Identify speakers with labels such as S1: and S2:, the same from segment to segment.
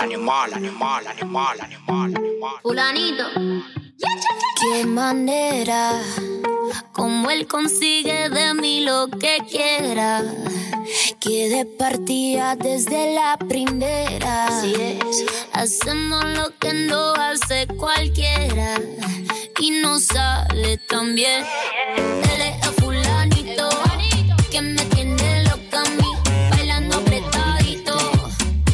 S1: animal, animal, animal, animal, animal.
S2: Fulanito.
S3: Qué manera, como él consigue de mí lo que quiera. Que de partida desde la primera.
S2: Así es.
S3: Hacemos lo que no hace cualquiera. Y no sale tan bien. Él es el fulanito. Que me tiene loca a mí. Bailando apretadito.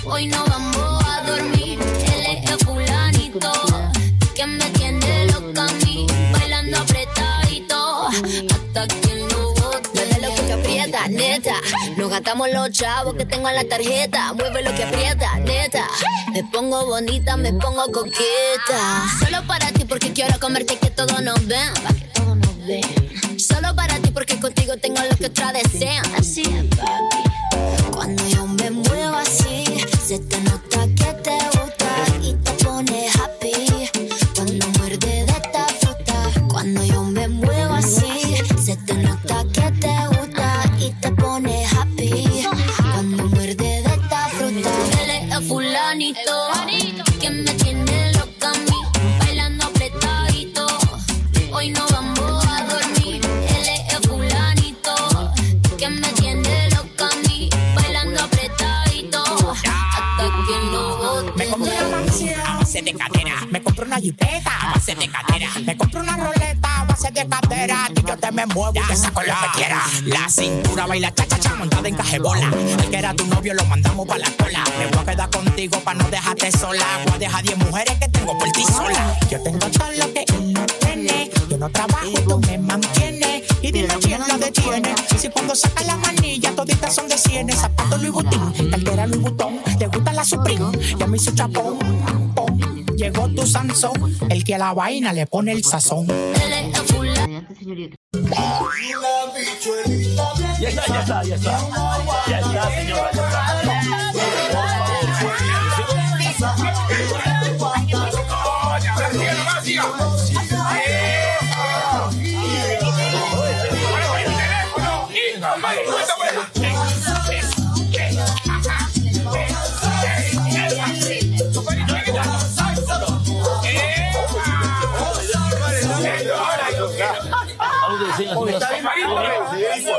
S3: Hoy no vamos a dormir. Él es el fulanito. Que me tiene loca a mí. Bailando apretadito. Hasta que no bote.
S4: Mueve lo que te aprieta, neta. Nos gastamos los chavos que tengo en la tarjeta. Mueve lo que aprieta, neta. Me pongo bonita, me pongo coqueta. Solo para ti porque quiero comerte que todo nos ven. Pa' que todo nos ven. Solo para ti porque contigo tengo lo que otra desean. Así es, papi.
S3: Cuando yo me muevo así, se te nota que te gusta y te pone happy. Cuando muerde de esta fruta, cuando yo me muevo así, se te nota que te gusta y te pone happy. Cuando muerde de esta fruta, Él es el fulanito. Que me tiene loca a mí. Bailando apretadito. Hoy no vamos a dormir. Él es el fulanito. Que me tiene loca a mí. Bailando apretadito. Hasta que no
S1: Me compro una mansión a base de cadera. Me compro una jipeta a base de cadera. Me compro una roleta a base de cadera. Que yo te me muevo y te saco lo que quiera. La cintura baila cha-cha-cha montada en cajebola. El que era tu novio lo mandamos pa' la cola. Me voy a quedar contigo pa' no dejarte sola. Voy a dejar 10 mujeres que tengo por ti sola. Yo tengo todo lo que él no tiene. Yo no trabajo y tú me mantienes. Y dime quién la detiene. Si cuando saca la manilla toditas son de cienes. Zapato Louis Vuitton, cartera Louis Vuitton. Te gusta la Supreme, ya me hizo chapón. pom. Llegó tu Sansón, el que a la vaina le pone el sazón.
S3: Él es el fulanito.
S2: Adelante, señorita.
S5: Ya está, ya está, ya está. Ya está, señora, ya está.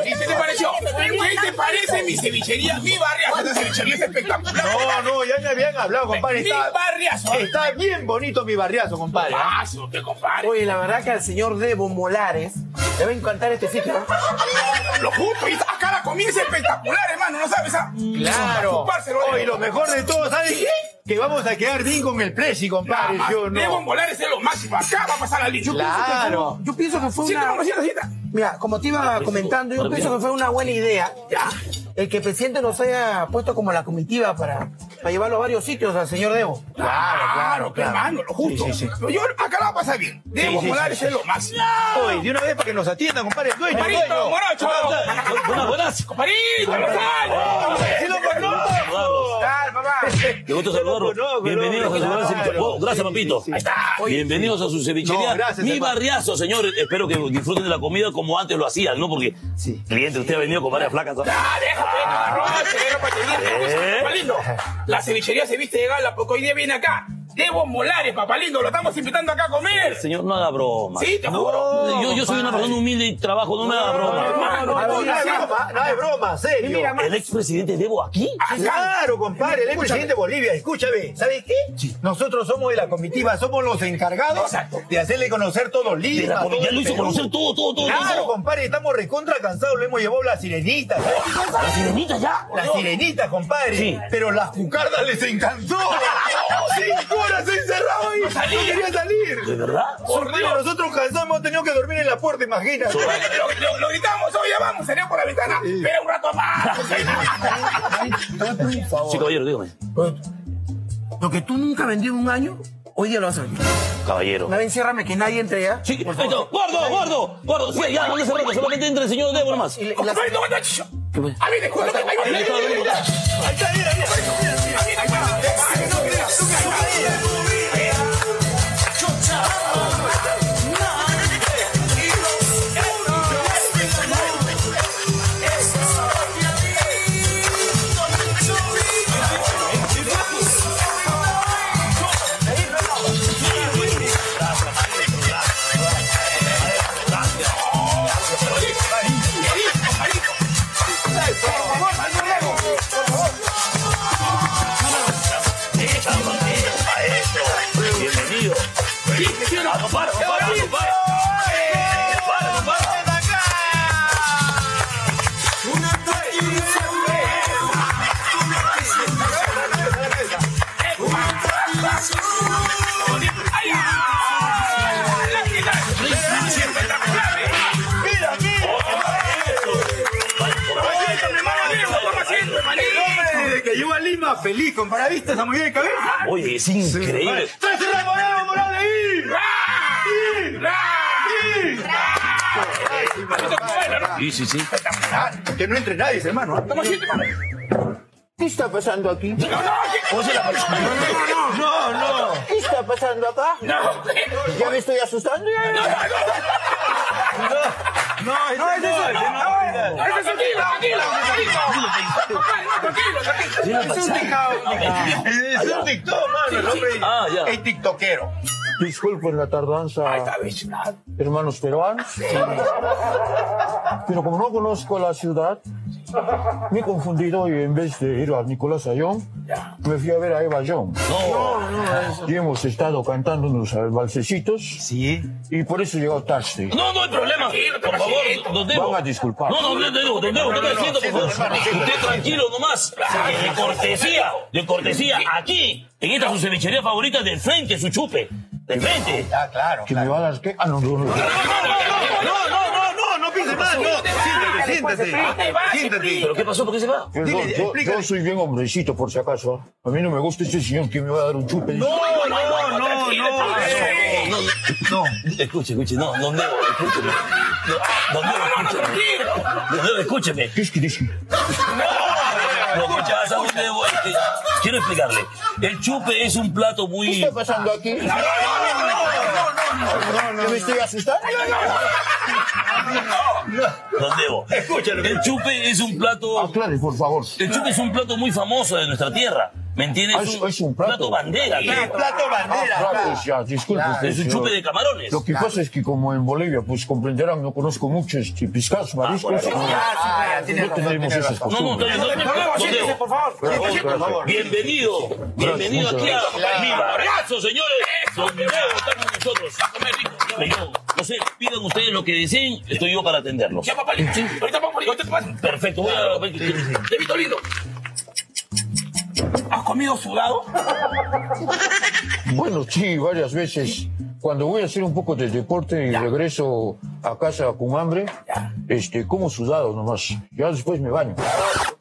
S6: ¿Qué te pareció? ¿Qué te parece mi cevichería? Mi barriazo de cevichería es espectacular.
S5: No, no, ya me habían hablado, compadre.
S6: Mi
S5: Está,
S6: barriazo.
S5: está bien bonito mi barriazo, compadre. ¿ah?
S6: Paso, te compadre.
S7: Oye, la verdad que al señor Debo Molares le va a encantar este sitio. ¿eh?
S6: Lo juro, y esa cara comida es espectacular, hermano. No sabes, ah.
S5: Claro.
S6: Chúpárselo,
S5: Oye,
S6: Debo.
S5: lo mejor de todo, ¿sabes qué? Que vamos a quedar bien con el presi, compadre. ¿sí o no?
S6: Debo volar es lo máximo. Acá va a pasar la licha.
S5: Claro.
S7: Yo pienso que fue
S6: Siéntate,
S7: una.
S6: mamacita, siéntate.
S7: Mira, como te iba comentando, yo pienso que fue una buena idea
S6: Ya.
S7: el que el presidente nos haya puesto como la comitiva para, para llevarlo a varios sitios al señor Debo.
S6: Claro, claro, hermano, lo justo.
S5: Sí, sí, sí.
S6: Pero yo acá la va a pasar bien. Debo
S5: sí,
S6: volar
S5: sí,
S6: es lo máximo.
S5: Oye, de una vez para que nos atiendan, compadre. Dueño,
S6: Comparito,
S5: dueño.
S6: morocho.
S5: Buenas, buenas.
S6: Comparito, hermano.
S5: ¡Sí lo conozco!
S7: Claro, papá.
S5: Qué
S8: Qué gusto saludarlo. Bienvenidos a su gran cevichería. Oh, Gracias, papito. Bienvenidos a su cevichería.
S5: No, gracias,
S8: Mi
S5: hermano.
S8: barriazo, señor. Espero que disfruten de la comida como antes lo hacían, ¿no? Porque,
S5: Sí.
S8: cliente, usted ha venido con varias flacas. ¿no?
S6: Ah, déjate, no, no, no, para
S8: ¿Eh?
S6: papalindo. La cevichería se viste de gala porque hoy día viene acá. Debo Molares, papalindo, lo estamos invitando acá a comer.
S8: Señor, no haga broma.
S6: Sí, te juro.
S8: Yo, yo soy una persona humilde y trabajo, no me haga broma.
S6: hermano,
S5: Nada
S6: no,
S5: de broma, nada de broma, serio.
S7: mira,
S8: ¿El expresidente Debo aquí?
S6: Acá.
S5: Ah, Claro, compadre, el presidente de Bolivia, escúchame, ¿sabes qué? Nosotros somos de la comitiva, somos los encargados
S6: Exacto.
S5: de hacerle conocer todo
S8: De la
S5: Lima.
S8: comi-
S5: Ah, todo
S8: ya lo
S5: el
S8: hizo
S5: Perú.
S8: conocer todo, todo, todo.
S5: Claro,
S8: todo.
S5: compadre, estamos recontra cansados, lo hemos llevado las sirenitas,
S8: La sirenita ya.
S5: las sirenitas, compadre.
S8: Sí.
S5: Pero las cucardas les encantó. Cinco horas encerrados ahí, no quería
S8: ¿De
S5: salir.
S8: verdad?
S5: Por Dios, nosotros cansados hemos tenido que dormir en la puerta, imagínate.
S6: Lo, lo- lo gritamos, hoy ya vamos, salió por la ventana. Espera un rato más.
S7: un
S8: Sí,
S7: favor.
S8: caballero, dígame.
S7: Lo que tú nunca vendió en un año, hoy día lo vas a vender.
S8: Caballero.
S7: Una vez enciérrame que nadie entre ya.
S8: Sí,
S7: Por
S8: ahí está.
S7: favor.
S8: guardo, guardo, guardo. Sí, ya, no se rato, solamente entre el señor Debo nomás.
S7: Y le- y la-
S6: Compadre, no, no, shh. Ah, viene, justo, ahí viene, ahí viene, ahí viene. Ahí está, mira, mira. Ahí viene, ahí está. Ah, que no creas, no creas.
S5: Por favor, señor Debo.
S8: Bienvenido. Ah, compadre, compadre, compadre. Compadre, compadre.
S5: Mira, mira. El hombre que lleva a Lima feliz, comparadista, esa mujer de cabeza.
S8: Oye, es increíble.
S5: ¡Tres enamorados, morado de ir! ¡Ir! ¡Ir!
S8: Sí, sí, sí.
S5: Ah, Que no entre nadie, hermano. ¿ah?
S7: ¿Qué está pasando aquí?
S5: No, no, no.
S7: ¿Qué está pasando acá? ¿Ya me estoy asustando? ya, ya.
S5: No, este no, este no. Es un TikTok. Es un TikTok, mano. El hombre
S8: Ah, ya.
S5: es tiktokero.
S7: Disculpen la tardanza, hermanos peruanos. Pero como no conozco la ciudad, me he confundido y en vez de ir a Nicolás Ayón, me fui a ver a Eva Ayón. Y hemos estado cantándonos a balsecitos.
S5: Sí.
S7: Y por eso llegó tarde.
S8: No, no hay problema. Por favor, don Debo.
S7: Van a disculpar.
S8: No, no, don Debo, don Debo, no me siento, por favor. Usted tranquilo nomás. De cortesía, de cortesía, aquí, en esta su cevichería favorita, del frente, su chupe. Del frente.
S5: Ah, claro.
S7: Que me va a dar qué? Ah, no, no, no.
S5: No, no, no, no, no pienses más. No. pues, Siéntate, siéntate. Siéntate.
S8: ¿Pero qué pasó? ¿Por qué se va?
S7: Perdón,
S5: Dile,
S7: yo,
S5: explícale.
S7: yo soy bien hombrecito, por si acaso. ¿ah? A mí no me gusta ese señor que me va a dar un chupe.
S5: No, no, no, no.
S8: No, no, escuche, escuche, no, don Debo, escúcheme. No, don Debo, escúcheme. Don Debo, escúcheme.
S7: ¿Qué es que dice?
S8: No, escucha, ¿sabes dónde debo? Este, quiero explicarle. El chupe es un plato
S7: ¿Qué
S8: muy.
S7: está pasando aquí? ¿Ya me estoy asustando?
S8: Don Debo.
S5: Escúchalo.
S8: El chupe es un plato.
S7: Aclare, por favor.
S8: El chupe es un plato muy famoso de nuestra tierra. ¿Me entiendes?
S7: Ah, es- es un plato.
S8: bandera.
S5: El
S8: creo.
S5: plato bandera.
S7: Ah,
S5: claro.
S7: pues ya, disculpe usted,
S8: Es un
S7: señor.
S8: chupe de camarones.
S7: Lo que pasa es que como en Bolivia, pues comprenderán, no conozco muchos pescados, mariscos.
S5: Ah,
S8: bueno,
S7: no-
S5: sí, claro, tiene
S7: no
S5: razón, tiene
S7: tenemos esas
S5: razón.
S8: No, no,
S7: costumbres.
S8: está bien, don- don
S5: siéntese,
S8: Debo.
S5: por favor. Siéntese, por favor.
S8: Bienvenido, bienvenido
S7: muchas
S8: aquí a mi abrazo, señores. Don Debo está con nosotros. Pero, no sé, pidan ustedes lo que deseen, estoy yo para atenderlos.
S6: Ya, papá, ahorita vamos, ahorita pasa.
S8: Perfecto, voy a ver qué- qué-
S6: Debito lindo. ¿Has comido sudado?
S7: Bueno, sí, varias veces. Cuando voy a hacer un poco de deporte y regreso a casa con hambre, este, como sudado nomás. Ya después me baño.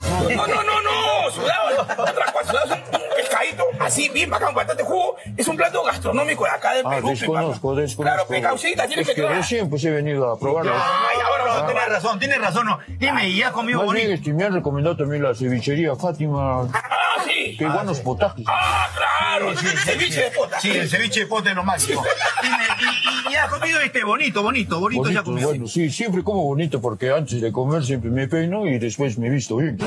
S6: No, no, no, no, sudado. no. Otra cosa, sudado es un pescadito así, bien bacán, bastante jugo. Es un plato gastronómico de acá del
S7: Ah,
S6: Perú. pe,
S7: desconozco,
S6: papá.
S7: desconozco.
S6: Claro, pe, caucita, tiene
S7: Es
S6: que
S7: que
S6: quedar.
S7: recién pues he venido a probarlo.
S5: Ay, ahora no, tienes razón, tienes razón. No. Dime, ¿y has comido
S7: Más bien,
S5: bonito?
S7: este, me han recomendado también la cevichería Fátima.
S6: Ah, sí.
S7: Qué buenos potajes.
S6: Ah, claro, ceviche de pota.
S5: Sí, el ceviche de pote es lo máximo. Dime, ¿y, y, y has comido este bonito, bonito, bonito, ya
S7: Bonito,
S5: comido?
S7: bueno, sí, siempre como bonito porque antes de comer siempre me peino y después me visto bien.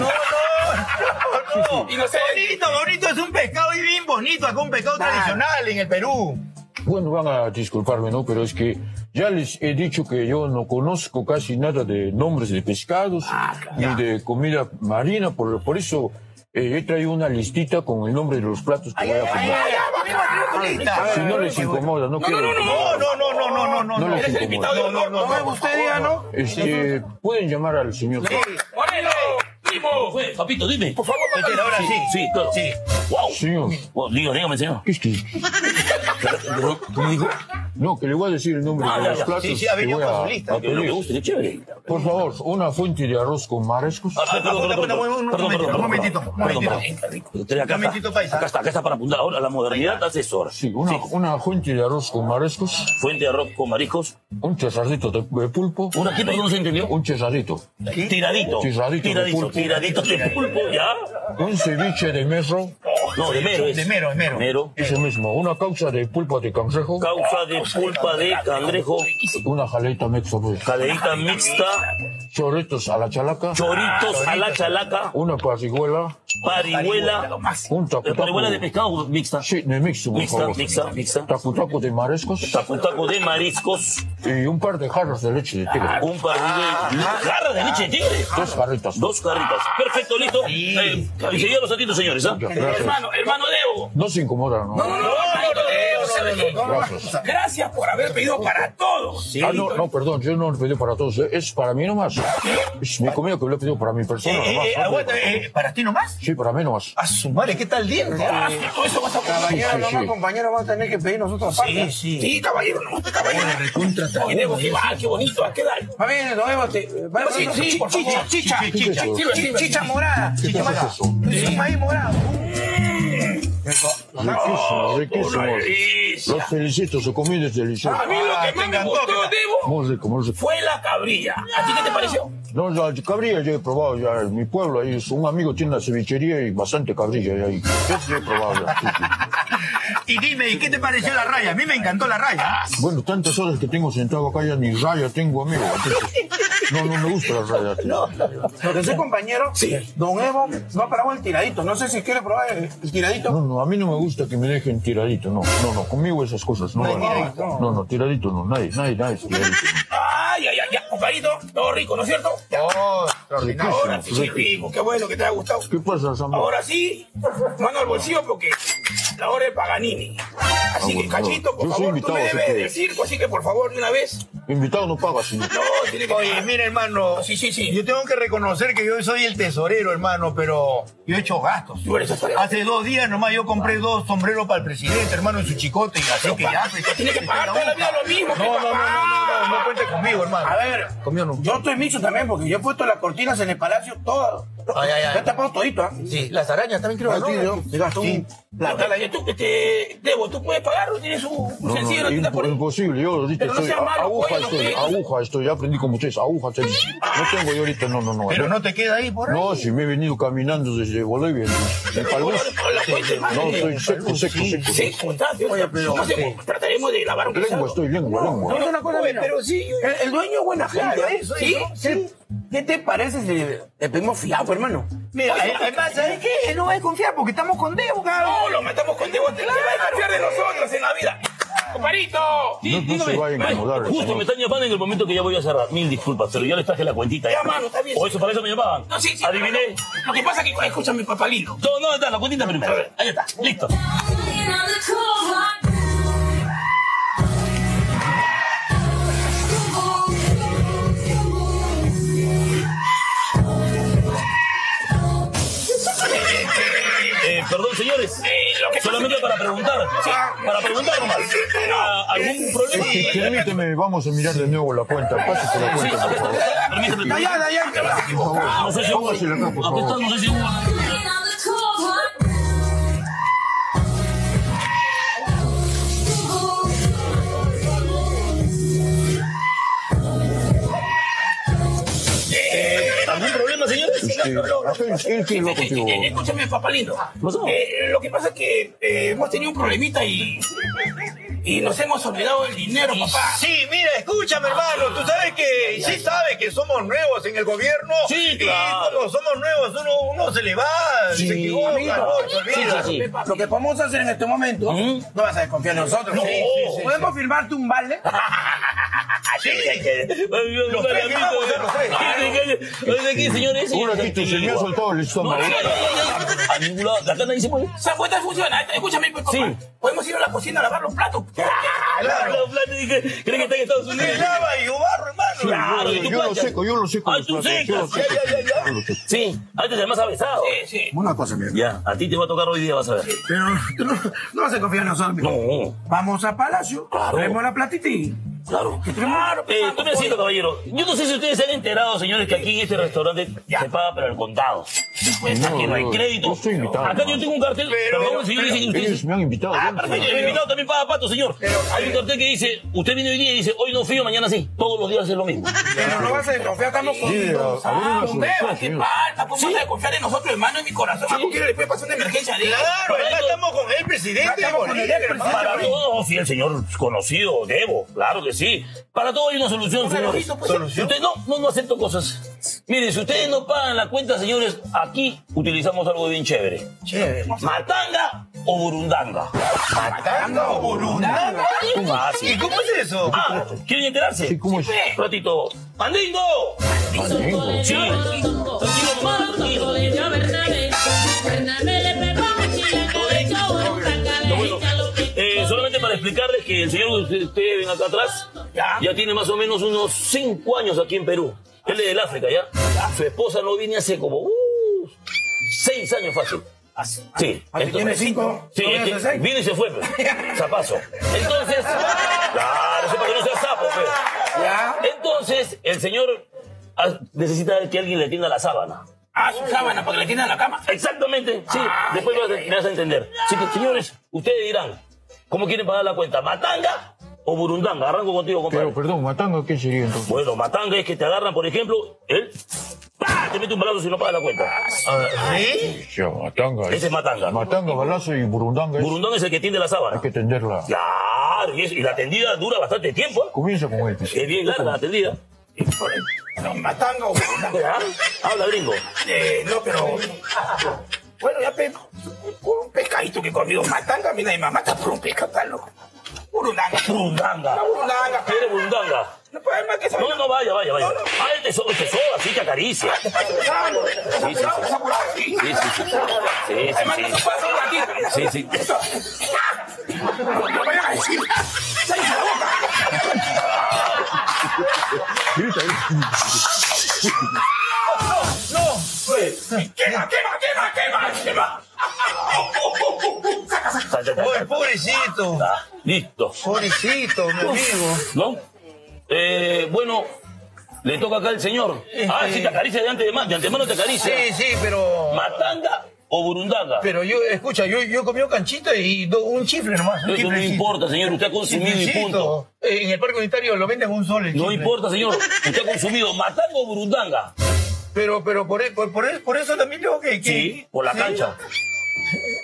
S6: Y no sé,
S5: Bonito, bonito, es un pescado y bien bonito, acá un pescado tradicional en el Perú.
S7: Bueno, van a disculparme, ¿no? Pero es que ya les he dicho que yo no conozco casi nada de nombres de pescados
S5: Ah,
S7: ni de comida marina, por, por eso eh, he traído una listita con el nombre de los platos que voy a comer.
S6: Ah,
S7: Si no les incomoda, no quiero...
S5: No, no, no, no, no, no, no,
S7: No
S5: no.
S7: les
S5: Eres el invitado
S7: incomoda.
S5: de honor, no, no, no.
S7: Usted díganos. Este, pueden llamar al señor.
S6: ponelo, primo.
S8: ¿Cómo fue? Papito, dime.
S6: Por favor, papá.
S5: Este, Ahora sí.
S8: Sí, claro.
S5: Sí.
S8: Wow.
S7: Señor,
S8: Wow, digo, dígame, señor.
S7: ¿qué es que?
S8: ¿Cómo dijo?
S7: No, que le voy a decir el nombre
S8: Ah,
S7: de
S8: ya,
S7: los
S8: ya.
S7: platos
S5: Sí, sí, ha
S7: que
S5: venido
S7: voy
S5: con su
S7: a...
S5: lista. Eh,
S8: Ah, pero lo que guste, qué chévere.
S7: Por favor, una fuente de arroz con mariscos.
S8: Ah, perdón, perdón,
S5: Bueno, bueno,
S8: perdón,
S5: un
S8: perdón,
S5: momentito,
S8: perdón,
S5: un momentito,
S8: perdón,
S5: un momentito.
S8: perdón, perdón. Usted acá
S5: Un momentito,
S8: está,
S5: paisa.
S8: acá está, acá está para apuntar. Ahora la modernidad asesora.
S7: Sí, una, una fuente de arroz con mariscos,
S8: Fuente de arroz con mariscos.
S7: un chesarrito de, de pulpo,
S8: ¿Una qué? Perdón, no se entendió.
S7: un chesarrito,
S8: Tiradito.
S7: Tiradito de
S8: Tiradito,
S7: pulpo.
S8: tiradito de pulpo, ¿ya?
S7: un ceviche de mesro,
S8: No, de mero es.
S5: De mero, de mero.
S7: Eso mismo, una causa de pulpa de cangrejo,
S8: Causa de pulpa de cangrejo,
S7: una jaleita mixta, pues,
S8: caderita mixta,
S7: chorritos a la chalaca,
S8: choritos a la chalaca,
S7: una parriguela,
S8: parihuela.
S7: un tacu
S8: eh, Parihuela de pescado mixta.
S7: Sí, de mixto, por
S8: Mixta,
S7: favor.
S8: mixta, mixta.
S7: Tacu tacu de mariscos
S8: Taco, taco de mariscos,
S7: y un par de jarras de leche de tigre.
S8: un par de garras de leche de tigre.
S7: Dos jarritas.
S8: Dos carritas. Perfecto, listo. Eh, y seguimos los santitos, señores. ¿ah?
S7: Ya, gracias.
S6: Hermano, hermano Debo.
S7: No se incomoda, ¿no?
S6: No, no, no, no, no, no, no.
S7: Gracias.
S6: Gracias por haber pedido para todos.
S7: Ah, no, no, perdón, yo no lo pedí para todos, eh, es para mí nomás. Es mi comida que lo he pedido para mi persona
S5: Eh,
S7: nomás.
S5: eh, aguanta, eh, ¿para ti nomás?
S7: Sí, para mí nomás.
S5: A su madre, ¿qué tal diente? ah?
S6: Todo eso vas a
S7: Sí, sí,
S2: Mañana nomás,
S7: sí.
S2: compañero, vamos a tener que pedir nosotros aparte.
S6: Sí, caballero, no, usted caballero. Oye, Debo, qué va, qué bonito, ¿a qué tal?
S2: Va bien, nos vemos. te- va- va-
S6: Sí, sí, Ah, por favor.
S2: chicha, chicha,
S7: ¿Qué es eso?
S2: chi- chicha morada.
S7: ¿Qué
S2: Chicha
S7: cosa es
S2: morada.
S7: eso?
S2: Es un maíz morado.
S7: Riquísimo, riquísimo.
S6: Oh, delicia. Ah,
S7: Los felicito, su comida es deliciosa.
S6: A mí lo que más me gustó, Debo,
S7: Muy rico, muy rico.
S6: fue la cabrilla. ¿A ti qué te pareció?
S7: No, la cabrilla yo he probado ya en mi pueblo. Ahí es- un amigo tiene una cevichería y bastante cabrilla hay ahí. Eso yo he probado ya. sí, sí.
S5: Y dime, ¿y qué te pareció la raya? A mí me encantó la raya.
S7: Bueno, tantas horas que tengo sentado acá ya ni raya tengo, amigo. Entonces, no, no me gusta la raya. tío.
S2: Lo que sí, compañero, don Evo no ha parado el tiradito. No sé si quiere probar el, el tiradito.
S7: No, no, a mí no me gusta que me dejen tiradito, no, no, no, conmigo esas cosas, no, no, no, no, no, tiradito no, nadie, nadie, nadie es tiradito.
S6: Ay, ay, ay, ya, compadrito, todo rico, ¿no es cierto?
S5: Oh,
S6: Ahora sí, sí,
S7: Riquísimo, rico.
S6: rico, qué bueno que te haya gustado.
S7: ¿Qué pasa, Samuel?
S6: Ahora sí, mano al bolsillo porque la hora es Paganini. Así que,
S7: Ah, bueno,
S6: cachito, por
S7: yo soy
S6: favor, tú
S7: invitado,
S6: me
S7: así
S6: debes
S7: que-
S6: del circo, así que por favor, de una vez.
S7: Invitado no paga, señor.
S6: No, tiene que
S5: Oye, mira, hermano.
S6: Sí, sí, sí.
S5: Yo tengo que reconocer que yo soy el tesorero, hermano, pero yo he hecho gastos.
S6: Tú eres tesorero.
S5: Hace dos días nomás yo compré dos sombreros para el presidente, hermano, en su chicote. Y así que ya se-
S6: Tiene que
S5: se-
S6: pagar toda la vida lo mismo,
S5: No, no, no, no, no, no, no cuente conmigo, hermano.
S2: A ver,
S7: Conmigo no.
S2: yo estoy miso también porque yo he puesto las cortinas en el palacio todas.
S5: Ay, ay, ay.
S2: Yo he tapado todito, ¿ah?
S5: Sí, las arañas también creo
S2: Ah, sí,
S5: ¿no?
S2: yo- se gastó
S5: Sí.
S2: un
S6: La
S2: plato.
S6: tala, que tú, este, Debo, tú puedes pagar, o tienes un, un
S7: No, no,
S6: sencillo, no,
S7: imp-
S6: tienes por ahí?
S7: imposible, yo ahorita
S6: Pero no
S7: estoy,
S6: sea malo,
S7: aguja
S6: pues, no
S7: estoy,
S6: sé.
S7: aguja estoy, ya aprendí como ustedes, aguja estoy. No tengo yo ahorita, no, no, no.
S5: Pero no te queda ahí por ahí.
S7: No, si me he venido caminando desde Bolivia, de Palmas. No, estoy seco, seco, seco.
S6: Sí, contaste, o sea, eh, no sé, trataremos de lavar un
S7: Lengua
S6: pesado.
S7: estoy, lengua,
S2: No,
S7: lengua.
S2: es una cosa,
S6: Oye,
S2: mira,
S6: pero sí, yo-
S2: El, el dueño es buena gente.
S6: Claro,
S2: ¿eh?
S6: eso,
S2: Sí,
S6: eso,
S2: sí. ¿Qué te parece si le, le pedimos fiado, hermano?
S5: Mira, además, ¿sabes qué? Él no va a desconfiar porque estamos con Debo, cabrón.
S6: No, lo matamos con Debo, te te va a confiar de nosotros en la vida. Comparito,
S8: Sí,
S7: No- no se
S8: dígame.
S7: vayan a
S8: Ay,
S7: acomodar,
S8: Justo
S7: señor.
S8: me están llamando en el momento que ya voy a cerrar. Mil disculpas, pero ya les traje la cuentita.
S6: Ya, mano, está bien.
S8: O eso para eso me llamaban.
S6: No, sí, sí.
S8: Adiviné.
S6: Lo que pasa es que, escúchame, papá lindo.
S8: No, no, está la cuentita primero. Ahí está, listo. Eh, perdón, señores.
S6: lo que
S8: Solamente para preguntar. Sí, para preguntar nomás. Ah, ¿Algún problema?
S7: Sí, Permíteme, vamos a mirar de nuevo la cuenta. Pásate la
S8: Sí,
S7: cuenta,
S8: acá
S7: por favor.
S8: está. Permíteme.
S7: Por favor.
S8: No sé si hubo.
S7: Póngasela acá, por
S8: Acá está,
S7: favor.
S8: no sé si hubo. ¿Algún problema, señores?
S7: Este, aquel- él que va contigo.
S6: Eh, eh, Escúchame, papá lindo.
S8: pasó?
S6: Eh, lo que pasa es que eh, hemos tenido un problemita y. Y nos hemos olvidado del dinero, papá.
S5: Sí, mira, escúchame, hermano. Tú sabes que Ah. sí sabes que somos nuevos en el gobierno.
S8: Sí,
S5: Y
S8: claro.
S5: cuando somos nuevos, uno, uno se le va, se equivoca,
S2: amigo.
S5: ¿no? Se olvida.
S8: Sí, sí, sí.
S2: Lo que podemos hacer en este momento, no vas a desconfiar de nosotros.
S6: No, sí, sí,
S2: podemos firmarte un vale.
S6: Sí, hay que-
S8: Los
S5: tres que vamos, los tres.
S7: Ah,
S8: aquí, señores. Este,
S7: Ahora aquí tu señor ha soltado
S8: No,
S7: el
S8: no,
S7: estómago.
S8: no, no, no. A ningún lado. Acá nadie se puede.
S6: O sea, cuenta funciona. Escúchame, pues, papá.
S8: Sí. Ah.
S6: Podemos ir a la cocina a lavar los platos.
S5: Claro.
S8: Los planes, dije, ¿Creen que está en Estados Unidos?
S5: Se lava y barro, hermano.
S8: Claro, y tú
S7: Yo lo
S8: planchas.
S7: seco, yo lo seco.
S8: Ah,
S7: los
S8: tú
S7: platos, yo lo
S8: secas.
S7: seco.
S5: Ya, ya, ya, ya.
S7: Yo lo seco.
S8: Sí, antes además ha besado.
S6: Sí, sí.
S2: Una cosa, mira.
S8: Ya, a ti te va a tocar hoy día, vas a ver. Eh,
S2: Pero tú no, no vas a confiar en nosotros. mijo.
S8: No.
S2: Vamos a Palacio,
S8: Claro.
S2: traemos la platita y
S8: Claro. Claro, eh, un besito, caballero. Yo no sé si ustedes se han enterado, señores, que aquí en este restaurante se paga pero el contado. Pues aquí no hay
S7: no,
S8: crédito.
S7: yo estoy invitado,
S8: Acá
S7: no.
S8: yo tengo un cartel.
S5: Pero-
S8: Perdón, señor,
S5: pero-
S8: dicen que ustedes-
S7: Ellos me han invitado.
S8: Ah,
S7: yo no sé.
S8: perfecto. El invitado también paga pato, señor. Hay un cartel que dice, usted viene hoy día y dice, hoy no fío, mañana sí. Todos los días es lo mismo.
S2: Pero no vas a desconfiar, estamos con.
S7: Sí, ah, a- a ver una
S6: Hombre,
S7: solución,
S6: ¿qué
S7: señor.
S6: pasa? ¿Cómo vas a confiar en nosotros, hermano, en mi corazón? ¿A cualquiera le puede pasar una emergencia?
S5: Claro, acá estamos con el presidente de
S2: Estamos con el
S5: Bolivia,
S2: presidente.
S5: hermano.
S8: Para todos, sí, el señor conocido, Debo, claro que sí. Para todo hay una solución, señores.
S6: lógica, pues,
S8: Si Usted no, no, no acepto cosas. Miren, si ustedes no pagan la cuenta, señores, aquí utilizamos algo bien chévere.
S5: Chévere.
S8: Matanga o burundanga.
S5: Matanga o burundanga.
S8: ¿Cómo así?
S5: ¿Y cómo es eso?
S8: Ah, ¿quieren enterarse?
S7: Sí, ¿cómo es?
S8: Un ratito. ¡Mandingo!
S7: Mandingo.
S8: Sí. Tranquilo, tranquilo. Eh, solamente para explicarles que el señor que ustedes ven acá atrás
S6: Ya.
S8: ya tiene más o menos unos 5 años aquí en Perú. Él es del África, ¿ya? Su esposa no viene hace como 6 años fácil. Sí.
S2: Ah, si
S8: entonces-
S2: tiene cinco,
S8: Sí,
S2: ¿no
S8: es
S2: ves
S8: que
S2: a seis?
S8: vino y se fue, pues. Zapazo. Entonces, claro, sí, para que no sea sapo, pues.
S2: Ya.
S8: Entonces, el señor ah, necesita que alguien le tienda la sábana.
S6: Ah, su sábana, para que le tiendan la cama.
S8: Exactamente, sí. después me vas, a- me vas a entender. Así que, señores, ustedes dirán, ¿cómo quieren pagar la cuenta? ¿Matanga o burundanga? Arranco contigo, compadre.
S7: Pero, perdón, matando, ¿qué sería entonces?
S8: Bueno, matanga es que te agarran, por ejemplo, él ¡pa! te mete un balazo si no pagas la cuenta.
S6: Ah,
S8: Ah,
S5: ¿Sí?
S7: Ya, matanga. eh.
S8: Ese es matanga.
S7: Matanga, balazo y burundanga. es-
S8: Burundanga es el que tiende la
S7: Hay
S8: sábana.
S7: que tenderla.
S8: Claro, y, es- y la tendida dura bastante tiempo. ¿eh?
S7: Comienza con este. él.
S8: Es bien larga la tendida.
S6: No, matanga o burundanga.
S8: ¿Ah? Habla gringo.
S6: Eh, no, pero. Bueno, ya pe... por un pescadito que he comido matanga, a mí nadie me mata por un pescado tan loco. Burundanga.
S8: Burundanga.
S6: Una burundanga.
S8: ¿Quieres burundanga?
S6: No puede más que
S8: No, no, vaya, vaya, vaya.
S6: No, no.
S8: Ah, él te soba, te soba, sí, te acaricia.
S6: Sí, sí, sí.
S8: sí, sí. Sí,
S6: Además,
S8: sí,
S6: no
S8: sí.
S6: se puede hacer un ratito.
S8: Sí, sí.
S6: Eso. No vayan a decir. ¡Sáquense la boca! ¡Quema, quema, quema, quema! ¡Quema! ¡Saca, saca!
S8: Ta, ta, ta,
S5: Oye,
S8: ta,
S5: pobrecito.
S8: ta. Listo.
S5: Pobrecito, mi amigo.
S8: ¿No? Eh, bueno, le toca acá al señor. Ah, sí, te acaricia de, ante- de, ma- de antemano, te acaricia.
S5: Este. Sí, sí, pero.
S8: ¿Matanga o burundanga?
S5: Pero yo, escucha, yo, yo he comido canchita y do- un chifle nomás. Un
S8: Eso no
S5: chiflecito.
S8: importa, señor. Usted ha consumido y
S5: Chiflecito.
S8: punto.
S5: Eh, En el parque unitario lo venden un sol. el
S8: No
S5: chifle.
S8: importa, señor. Usted ha consumido matanga o burundanga.
S5: Pero, pero por, e- por, por e- por eso también tengo que. que-
S8: Sí, por la
S5: sí.
S8: cancha.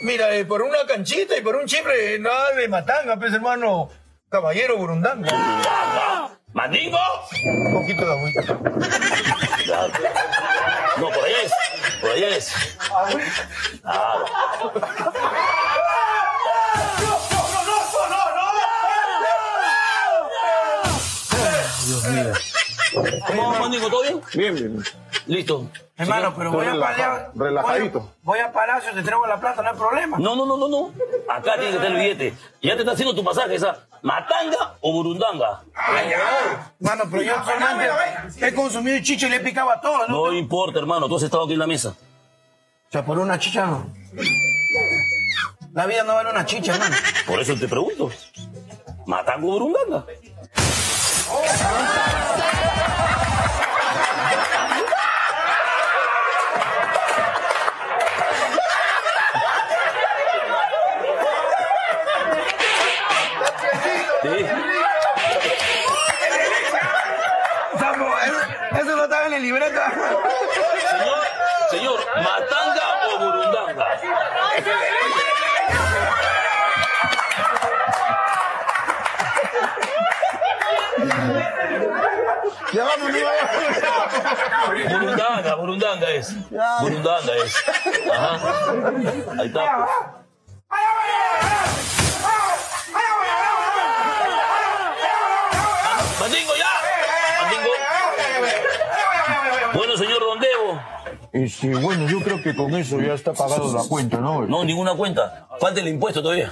S5: Mira, eh, por una canchita y por un chifle, nada de matanga, pues hermano. Caballero burundanga.
S8: Burundanga. ¿Mandingo?
S5: Un poquito de agüita.
S8: No, por allá es. Por allá es. ¿Cómo va, Mandingo? ¿Todo bien?
S9: Bien, bien.
S8: Listo.
S2: Hermano, pero voy a
S9: Relaja-
S2: parar.
S9: relajadito.
S2: Voy, voy a Palacio, te traigo la plata, no hay problema.
S8: No, no, no, no, no. Acá tiene que estar el billete. Y ya te está haciendo tu pasaje esa. ¿Matanga o burundanga?
S2: Mano, pero yo Fernández, he consumido chicha y le he picado a todos, ¿no?
S8: No importa, hermano. Tú has estado aquí en la mesa.
S2: O sea, por una chicha no. La vida no vale una chicha, hermano.
S8: Por eso te pregunto. ¿Matanga o burundanga? Sí.
S2: Sapo, eso- Eso no estaba en el libreto.
S8: Señor, señor, ¿matanga o burundanga?
S9: Ya vamos, amigo.
S8: Burundanga, burundanga es. Burundanga es. Ajá. Ahí está. ¡Mandingo, ya! ¡Mandingo! Bueno, señor Rondeo,
S7: Este, bueno, yo creo que con eso ya está pagado la cuenta, ¿no?
S8: no, ninguna cuenta. Falta el impuesto todavía.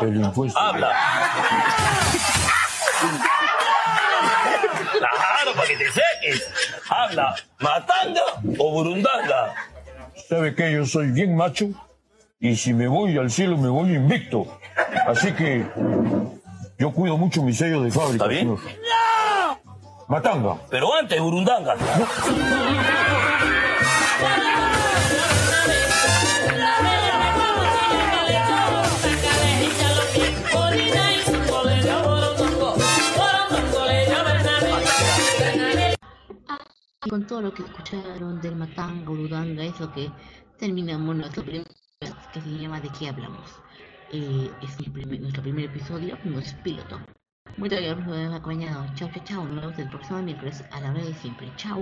S7: El impuesto.
S8: Habla. Claro, para que te seques. Habla, matanga o burundanga.
S7: ¿Sabe que Yo soy bien macho y si me voy al cielo me voy invicto. Así que Yo cuido mucho mis sellos de fábrica.
S8: ¿Está bien?
S7: señor. Matanga.
S8: Pero antes, Burundanga.
S2: Y con todo lo que escucharon del Matanga, Urudanga, eso que terminamos nuestro primer podcast, que se llama ¿De qué hablamos? Eh, es mi primer- nuestro primer episodio, no es piloto. Muchas gracias por habernos acompañado. Chao, chao, chao. Nos vemos el próximo miércoles a la hora de siempre. Chao.